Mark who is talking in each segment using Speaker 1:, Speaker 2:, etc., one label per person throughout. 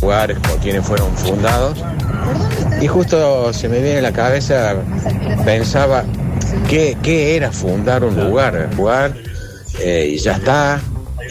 Speaker 1: lugares por quienes fueron fundados. Y justo se me viene a la cabeza, pensaba, ¿qué, qué era fundar un lugar? Jugar eh, y ya está.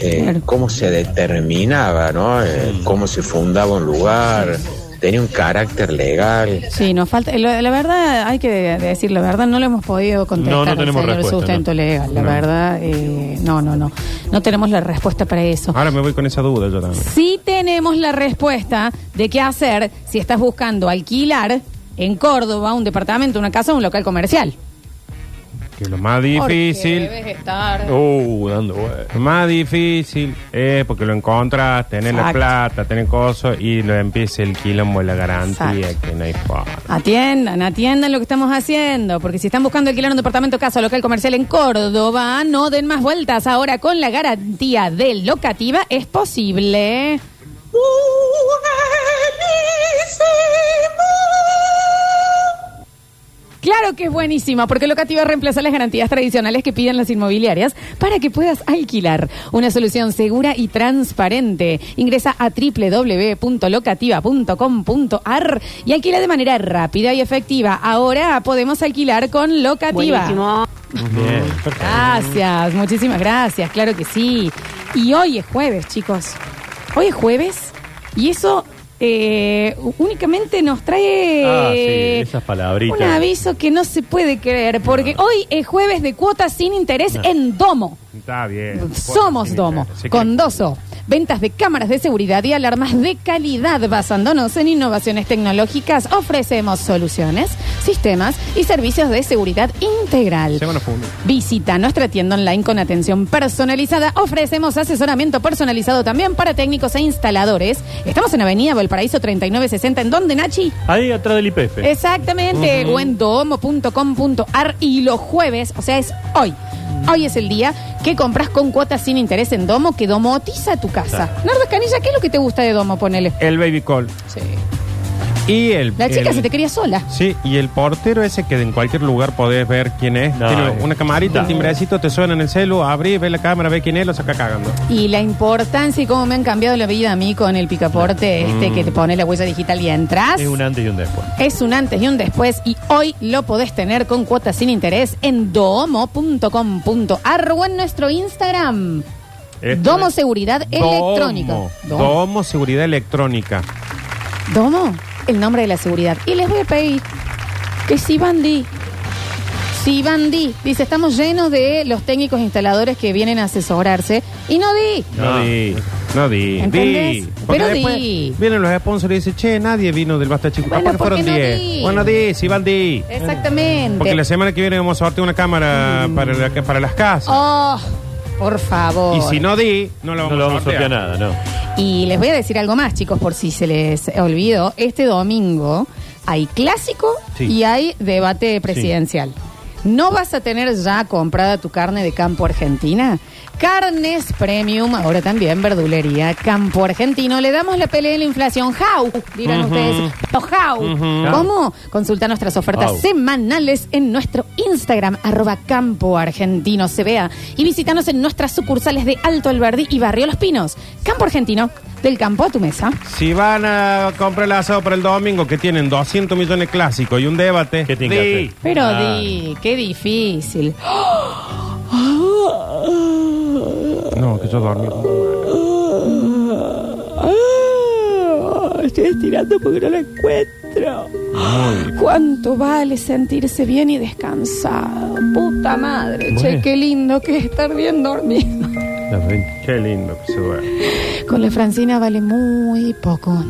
Speaker 1: eh,
Speaker 2: Claro.
Speaker 1: cómo se determinaba, ¿no? Eh, cómo se fundaba un lugar, tenía un carácter legal.
Speaker 2: Sí, nos falta. La, la verdad, hay que decir la verdad, no lo hemos podido contestar.
Speaker 3: No, no
Speaker 2: al
Speaker 3: tenemos
Speaker 2: señor
Speaker 3: respuesta,
Speaker 2: sustento
Speaker 3: no.
Speaker 2: legal, la
Speaker 3: No.
Speaker 2: verdad, eh, no, no, no. No tenemos la respuesta para eso.
Speaker 3: Ahora me voy con esa duda yo también.
Speaker 2: Sí tenemos la respuesta de qué hacer si estás buscando alquilar en Córdoba un departamento, una casa o un local comercial.
Speaker 3: Que lo más
Speaker 2: Porque
Speaker 3: difícil.
Speaker 2: debes estar-
Speaker 3: Uh, dando vueltas. Lo más difícil es porque lo encontrás, tenés la
Speaker 2: Exacto.
Speaker 3: plata, tenés cosas y lo empieza el quilombo y la garantía
Speaker 2: Exacto.
Speaker 3: que no hay forma.
Speaker 2: Atiendan, atiendan lo que estamos haciendo, porque si están buscando alquilar un departamento, casa o local comercial en Córdoba, no den más vueltas. Ahora con la garantía de locativa es posible. Claro que es buenísima, porque Locativa reemplaza las garantías tradicionales que piden las inmobiliarias para que puedas alquilar. Una solución segura y transparente. Ingresa a www.locativa.com.ar y alquila de manera rápida y efectiva. Ahora podemos alquilar con Locativa.
Speaker 4: Buenísimo.
Speaker 3: Bien, perfecto.
Speaker 2: Gracias, muchísimas gracias, claro que sí. Y hoy es jueves, chicos. Hoy es jueves y eso eh, únicamente nos trae
Speaker 5: Ah, sí, esas palabritas.
Speaker 2: un aviso que no se puede creer, porque hoy es jueves de cuotas sin interés en Domo.
Speaker 3: Está bien.
Speaker 2: Somos
Speaker 3: Sí,
Speaker 2: Domo,
Speaker 3: sí, sí.
Speaker 2: con Doso. Ventas de cámaras de seguridad y alarmas de calidad basándonos en innovaciones tecnológicas. Ofrecemos soluciones, sistemas y servicios de seguridad integral.
Speaker 3: Semana funda.
Speaker 2: Visita nuestra tienda online con atención personalizada. Ofrecemos asesoramiento personalizado también para técnicos e instaladores. Estamos en Avenida Valparaíso 3960. ¿En dónde, Nachi?
Speaker 5: Ahí atrás del IPF.
Speaker 2: Eh. Exactamente. O en domo.com.ar. Y los jueves, o sea, es hoy. Hoy es el día que compras con cuotas sin interés en Domo, que domotiza tu casa. Nardo Escanilla, ¿qué es lo que te gusta de Domo? Ponele.
Speaker 3: El baby call.
Speaker 2: Sí.
Speaker 3: Y el.
Speaker 2: La chica
Speaker 3: el-
Speaker 2: se te quería sola.
Speaker 3: Sí, y el portero ese que en cualquier lugar podés ver quién es.
Speaker 5: No,
Speaker 3: Tiene
Speaker 5: eh.
Speaker 3: una camarita, el timbrecito, te suena en el celu, abrí, ve la cámara, ve quién es, lo saca cagando.
Speaker 2: Y la importancia y cómo me han cambiado la vida a mí con el picaporte este que te pone la huella digital y entras.
Speaker 5: Es un antes y un después.
Speaker 2: Es un antes y un después y hoy lo podés tener con cuotas sin interés en domo.com.ar o en nuestro Instagram.
Speaker 3: Esto
Speaker 2: Domo
Speaker 3: es-
Speaker 2: Seguridad Electrónica.
Speaker 3: Domo.
Speaker 2: Domo.
Speaker 3: Domo Seguridad Electrónica.
Speaker 2: Domo, el nombre de la seguridad. Y les voy a pedir que si Bandi, si Bandi, dice, estamos llenos de los técnicos instaladores que vienen a asesorarse y no di.
Speaker 3: No,
Speaker 5: No.
Speaker 3: di. No di.
Speaker 2: ¿Entendés?
Speaker 3: Di. Porque
Speaker 2: Pero
Speaker 3: después
Speaker 2: di.
Speaker 3: Vienen los sponsors y dicen, che, nadie vino del Basta Chico.
Speaker 2: Bueno,
Speaker 3: Capaz que
Speaker 2: ¿por qué
Speaker 3: fueron
Speaker 2: no
Speaker 3: 10.
Speaker 2: di?
Speaker 3: Bueno, di, si van di.
Speaker 2: Exactamente.
Speaker 3: Porque la semana que viene vamos a sortear una cámara
Speaker 2: Mm.
Speaker 3: para, la- para las casas.
Speaker 2: Oh, por favor.
Speaker 3: Y si no di, no lo vamos,
Speaker 5: No lo vamos a sortear
Speaker 3: sortear.
Speaker 5: nada, no.
Speaker 2: Y les voy a decir algo más, chicos, por si se les olvidó. Este domingo hay clásico
Speaker 5: Sí.
Speaker 2: y hay debate presidencial. ¿No vas a tener ya comprada tu carne de campo argentina? Carnes Premium, ahora también verdulería, campo argentino. Le damos la pelea de la inflación. How, dirán ustedes. Pero How. ¿Cómo? Consulta nuestras ofertas
Speaker 5: How.
Speaker 2: semanales en nuestro Instagram, arroba campo argentino CBA. Y visítanos en nuestras sucursales de Alto Alberdi y Barrio Los Pinos. Campo argentino, del campo a tu mesa.
Speaker 3: Si van a comprar el asado para el domingo, que tienen 200 millones clásicos y un debate.
Speaker 5: ¿Qué tiene que
Speaker 3: di.
Speaker 5: hacer?
Speaker 2: Pero
Speaker 5: Ah.
Speaker 2: di, qué difícil. Ah.
Speaker 3: No, que yo dormí.
Speaker 2: Ah, Estoy estirando porque no la encuentro. ¿Cuánto vale sentirse bien y descansado? Puta madre, che,
Speaker 5: Bueno.
Speaker 2: qué lindo que es estar bien dormido.
Speaker 5: La ven.
Speaker 3: Qué lindo que se duerme.
Speaker 2: Con la Francina vale muy poco.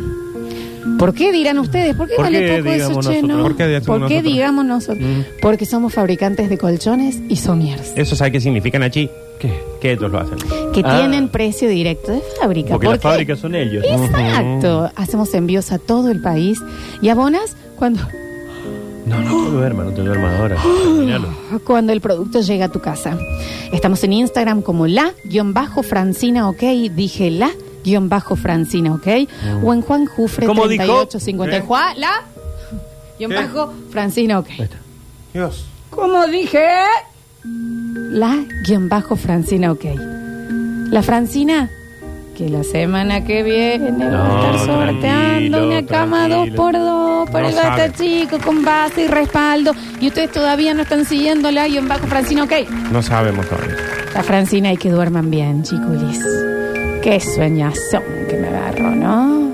Speaker 2: ¿Por qué dirán ustedes? ¿Por qué
Speaker 5: ¿Por
Speaker 2: vale
Speaker 5: qué
Speaker 2: poco eso,
Speaker 5: digamos
Speaker 2: che,
Speaker 5: nosotros? Mm.
Speaker 2: no?
Speaker 3: ¿Por qué decimos
Speaker 2: ¿Por qué
Speaker 3: nosotros?
Speaker 2: digamos nosotros? Porque somos fabricantes de colchones y somiers.
Speaker 3: ¿Eso sabe qué significa, Nachi? ¿Qué? Que ellos lo hacen.
Speaker 2: que
Speaker 5: Ah.
Speaker 2: tienen precio directo de fábrica.
Speaker 5: Porque
Speaker 2: ¿Por
Speaker 5: las
Speaker 2: qué?
Speaker 5: fábricas son ellos.
Speaker 2: Exacto. Hacemos envíos a todo el país y abonas cuando,
Speaker 5: No, no te duermas, no te duermas ahora. Terminalo.
Speaker 2: cuando el producto llega a tu casa. Estamos en Instagram como la-francina, ok. Dije la-francina, ok. O en Juan Jufre
Speaker 5: Mm. ¿Cómo dijo?
Speaker 2: 3850.
Speaker 3: ¿Eh?
Speaker 2: Juan, la guión
Speaker 3: ¿Qué?
Speaker 2: bajo Francina, ok.
Speaker 5: Ahí está.
Speaker 3: Dios.
Speaker 2: ¿Cómo dije? La guión bajo Francina, ok. La Francina, que que la semana que viene va a estar
Speaker 5: No,
Speaker 2: sorteando
Speaker 5: tranquilo,
Speaker 2: una cama dos
Speaker 5: tranquilo.
Speaker 2: por dos para
Speaker 3: No
Speaker 2: el bata
Speaker 3: sabe.
Speaker 2: chico con base y respaldo. Y ustedes todavía no están siguiéndola y en Baco Francina, ok.
Speaker 3: No sabemos todavía.
Speaker 2: La Francina y que duerman bien, chiculis. Qué sueñazón que me agarro, ¿no?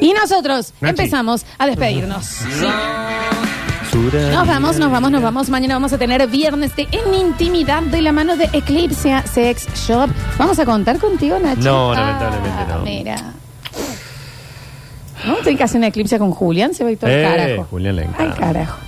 Speaker 2: Y nosotros
Speaker 3: Nachi.
Speaker 2: empezamos a despedirnos. Sí.
Speaker 5: Sura-
Speaker 2: Nos vamos, nos vamos, nos vamos. Mañana vamos a tener viernes de En Intimidad de la mano de Eclipse Sex Shop. ¿Vamos a contar contigo, Nacho?
Speaker 5: No, lamentablemente no.
Speaker 2: Mira. No, tengo que hacer una eclipse con Julián, se va a ir todo el
Speaker 5: Eh,
Speaker 2: carajo.
Speaker 5: Julián le
Speaker 2: Ay,
Speaker 5: encanta.
Speaker 2: carajo.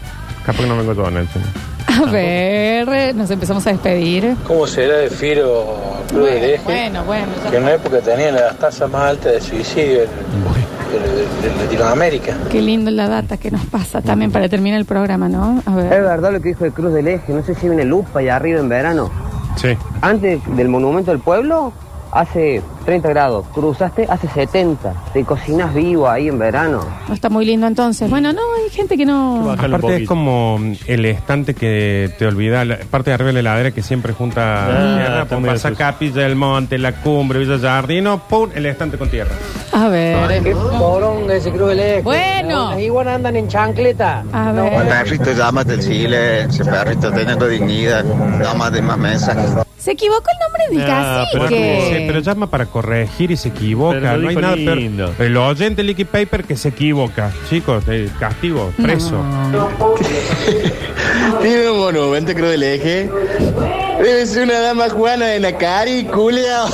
Speaker 3: Capaz que no vengo todo en el cine.
Speaker 2: A ver, eh, nos empezamos a despedir.
Speaker 4: ¿Cómo será de Firo Cruz del
Speaker 2: Bueno,
Speaker 4: Eje?
Speaker 2: bueno, bueno. ya
Speaker 4: Que en una época tenía las tasas más altas de suicidio en, en- en Latinoamérica.
Speaker 2: Qué lindo la data que nos pasa también para terminar el programa, ¿no? A
Speaker 6: Es
Speaker 2: ver.
Speaker 6: verdad lo que dijo el Cruz del Eje, no sé si hay una lupa allá arriba en verano.
Speaker 3: Sí.
Speaker 6: Antes del Monumento del Pueblo, hace 30 grados. Cruzaste, hace 70. Te cocinas vivo ahí en verano.
Speaker 2: No está muy lindo entonces. Bueno, no, hay gente que no.
Speaker 5: Bájalo
Speaker 3: Aparte
Speaker 5: un
Speaker 3: es
Speaker 5: poquito.
Speaker 3: como mm, el estante que te olvida, la parte de arriba de la heladera que siempre junta
Speaker 5: Ah,
Speaker 3: tierra,
Speaker 5: está
Speaker 3: pues
Speaker 5: medio
Speaker 3: pasa
Speaker 5: sucio.
Speaker 3: Capilla del Monte, la cumbre, Villa Jardino, ¡pum! el estante con tierra.
Speaker 2: A ver.
Speaker 6: Poronga ese Cruz del Eje.
Speaker 2: Bueno. Las
Speaker 6: iguanas andan en chancleta.
Speaker 2: A ver.
Speaker 7: Pues Perrito, llámate el chile, ese perrito teniendo dignidad, no más de más mensajes.
Speaker 2: Se equivocó el nombre del
Speaker 5: Ah,
Speaker 2: cacique.
Speaker 5: pero
Speaker 3: Sí, pero llama para corregir y se equivoca.
Speaker 5: Pero lo
Speaker 3: no hay
Speaker 5: dijo
Speaker 3: nada
Speaker 5: lindo.
Speaker 3: peor. El oyente Licky Paper que se equivoca. Chicos, el castigo, preso.
Speaker 7: Dime, monumento creo del eje. Debe ser una dama juana de Nacari, culia.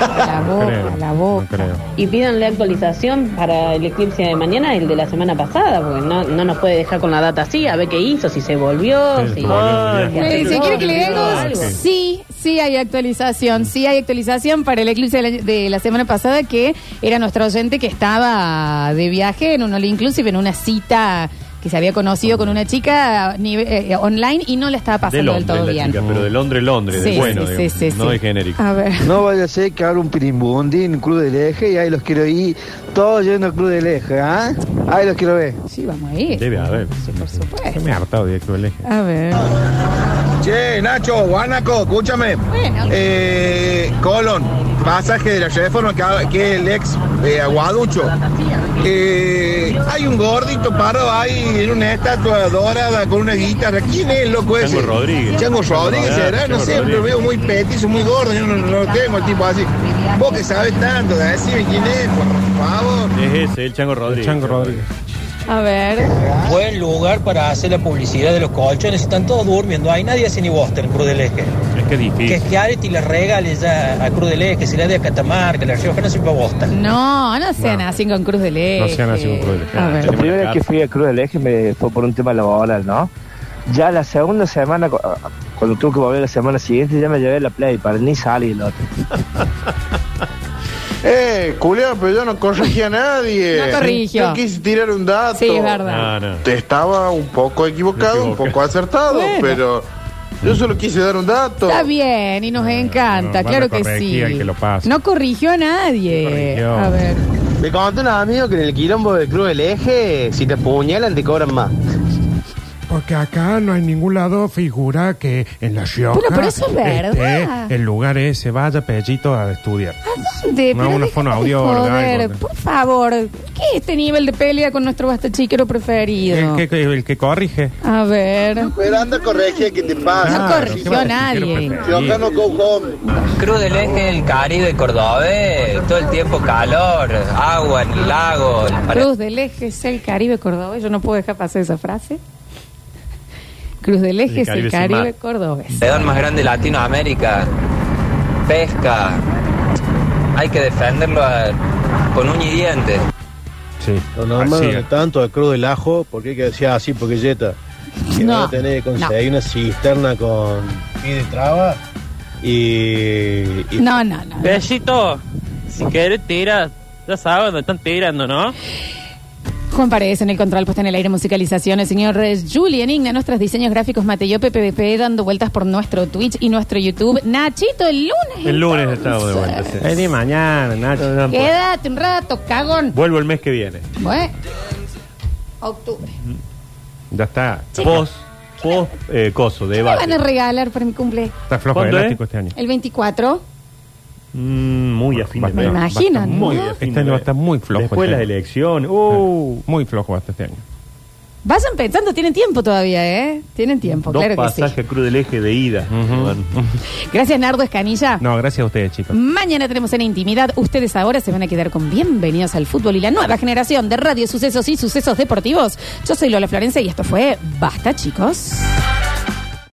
Speaker 2: La boca,
Speaker 3: Creo,
Speaker 2: la
Speaker 3: no
Speaker 2: boca.
Speaker 3: creo.
Speaker 8: Y pídanle actualización para el eclipse de mañana y el de la semana pasada, porque no, no nos puede dejar con la data así, a ver qué hizo, si se volvió,
Speaker 3: Sí,
Speaker 8: si...
Speaker 3: se volvió,
Speaker 5: Ay,
Speaker 8: ya.
Speaker 2: Me dice, ¿quiere que le dé algo?
Speaker 8: Algo.
Speaker 2: Sí, sí hay actualización. Sí hay actualización para el eclipse de la, de la semana pasada que era nuestro oyente que estaba de viaje en un all inclusive en una cita que se había conocido con una chica a nive- eh, eh, online y no la estaba
Speaker 5: de
Speaker 2: pasando del
Speaker 5: Londres,
Speaker 2: todo
Speaker 5: la
Speaker 2: bien.
Speaker 5: chica, pero de Londres, Londres, de
Speaker 2: Sí,
Speaker 5: bueno,
Speaker 2: sí,
Speaker 5: digamos,
Speaker 2: sí, sí,
Speaker 5: no
Speaker 2: sí.
Speaker 5: de genérico.
Speaker 2: A ver.
Speaker 9: No vaya a ser que haga un pirimbundi en Cruz del Eje y ahí los quiero ir, todos yendo a Cruz del Eje, ¿ah? Ahí los quiero ver.
Speaker 2: Sí, vamos a ir.
Speaker 5: Debe haber.
Speaker 2: Sí, por
Speaker 3: Que
Speaker 2: supuesto.
Speaker 3: me he hartado de Club del Eje.
Speaker 2: A ver.
Speaker 7: Che, Nacho, Guanaco, escúchame.
Speaker 2: Bueno.
Speaker 7: Eh, Colon, pasaje de la reforma que, que el ex eh, Aguaducho. Eh, hay un gordito parado ahí en una estatua dorada con una guitarra. ¿Quién es, loco ese?
Speaker 5: Chango Rodríguez.
Speaker 7: Chango Rodríguez, ¿será?
Speaker 5: Chango
Speaker 7: no sé,
Speaker 5: Rodríguez.
Speaker 7: lo veo muy petizo, muy gordo. Yo no, no lo tengo, el tipo así. Vos que sabes tanto, decime quién es, por favor.
Speaker 5: Es ese, el Chango Rodríguez.
Speaker 3: Chango Rodríguez.
Speaker 2: A ver.
Speaker 4: Buen lugar para hacer la publicidad de los colchones. Están todos durmiendo. Ahí nadie hace ni bosta en Cruz del Eje.
Speaker 5: Es que es
Speaker 4: Que
Speaker 5: difícil.
Speaker 4: Schiaretti y le regale ya a Cruz del Eje, si la de a Catamarca, la Rioja, no a bosta.
Speaker 2: No, no sean así con Cruz del Eje.
Speaker 3: No sean así con Cruz del Eje.
Speaker 2: A
Speaker 5: Sí.
Speaker 2: ver.
Speaker 9: La primera vez que fui a Cruz del Eje me fue por un tema laboral, ¿no? Ya la segunda semana, cu- cuando tuve que volver la semana siguiente, ya me llevé la play para ni salir el otro.
Speaker 7: Eh, culiao, pero yo no corregí a nadie.
Speaker 2: No corrigió.
Speaker 7: Yo quise tirar un dato.
Speaker 2: Sí, es verdad.
Speaker 3: Ah,
Speaker 5: No, no.
Speaker 7: Te estaba un poco equivocado,
Speaker 5: Me
Speaker 7: un
Speaker 5: equivoqué.
Speaker 7: poco acertado,
Speaker 2: Bueno.
Speaker 7: pero yo solo quise dar un dato.
Speaker 2: Está bien y nos encanta,
Speaker 3: no, van
Speaker 2: claro
Speaker 3: a
Speaker 2: que
Speaker 3: corregir
Speaker 2: sí.
Speaker 3: al que lo pasa.
Speaker 2: No corrigió a nadie.
Speaker 3: No corrigió.
Speaker 2: A ver.
Speaker 6: Me contó un amigo que en el quilombo del Cruz del Eje, si te apuñalan te cobran más.
Speaker 3: Porque acá no hay ningún lado figura que en la Rioja
Speaker 2: Pero- pero eso es verdad.
Speaker 3: esté el lugar ese, vaya Pellito a estudiar.
Speaker 2: De,
Speaker 3: No,
Speaker 2: pero
Speaker 3: una
Speaker 2: déjame
Speaker 3: fonoaudióloga,
Speaker 2: de joder,
Speaker 3: algo.
Speaker 2: Por favor, ¿qué es este nivel de pelea con nuestro bastachiquero preferido?
Speaker 3: El que, el que corrige.
Speaker 2: A ver.
Speaker 7: Pero anda corregir que te
Speaker 2: No
Speaker 7: pasa.
Speaker 2: corrigió a nadie.
Speaker 7: Yo no go home.
Speaker 4: Cruz del Eje, el Caribe cordobés. Todo el tiempo calor, agua en el lago.
Speaker 2: Cruz del Eje es el Caribe cordobés. Yo no puedo dejar pasar esa frase. Cruz del Eje
Speaker 5: El
Speaker 2: es el
Speaker 5: Caribe sin
Speaker 2: Caribe
Speaker 5: mar. Eh,
Speaker 2: cordobés.
Speaker 4: Pedón más grande de Latinoamérica. Pesca. Hay que defenderlo a- con uña y diente.
Speaker 3: Sí.
Speaker 10: Lo normal
Speaker 3: Así
Speaker 10: no
Speaker 3: es.
Speaker 10: es tanto al cruz del ajo, porque hay que decir así, porque yeta. Que
Speaker 2: No,
Speaker 10: van a tener que conseguir una cisterna con pie de traba y. y-
Speaker 2: No, no, no.
Speaker 11: Besito, si querés tiras, ya sabes dónde están tirando, ¿no?
Speaker 2: Juan Paredes en el control, puesta en el aire, musicalización, el señor eh, Julian Igna, nuestros diseños gráficos, Mateo PPP, dando vueltas por nuestro Twitch y nuestro YouTube. Nachito, el lunes.
Speaker 5: El lunes estamos de vuelta. sí.
Speaker 3: Vení mañana, Nacho.
Speaker 2: Quédate un rato, cagón.
Speaker 5: Vuelvo el mes que viene.
Speaker 2: Bueno. Octubre.
Speaker 3: Ya está.
Speaker 5: Vos, vos, eh, coso,
Speaker 2: ¿Qué me van a
Speaker 5: debate.
Speaker 2: regalar para mi cumple?
Speaker 3: Está flojo este de
Speaker 5: ¿Cuándo
Speaker 3: elástico
Speaker 5: es?
Speaker 3: este año.
Speaker 2: El 24.
Speaker 5: Mm, muy afín.
Speaker 3: Basta,
Speaker 2: Me
Speaker 3: no,
Speaker 2: imagino,
Speaker 3: basta
Speaker 2: ¿no?
Speaker 3: Muy afín. Este año va a estar muy flojo.
Speaker 5: Después
Speaker 3: este
Speaker 5: las
Speaker 3: año.
Speaker 5: elecciones. Uh,
Speaker 3: Muy flojo hasta este año.
Speaker 2: Vayan pensando, tienen tiempo todavía, ¿eh? Tienen tiempo,
Speaker 5: dos
Speaker 2: claro que
Speaker 5: pasajes
Speaker 2: sí.
Speaker 5: a Cruz del Eje de ida. Bueno.
Speaker 2: Gracias, Nardo Escanilla.
Speaker 3: No, gracias a ustedes, chicos.
Speaker 2: Mañana tenemos en intimidad. Ustedes ahora se van a quedar con bienvenidos al fútbol y la nueva generación de radio sucesos y sucesos deportivos. Yo soy Lola Florencia y esto fue Basta, chicos.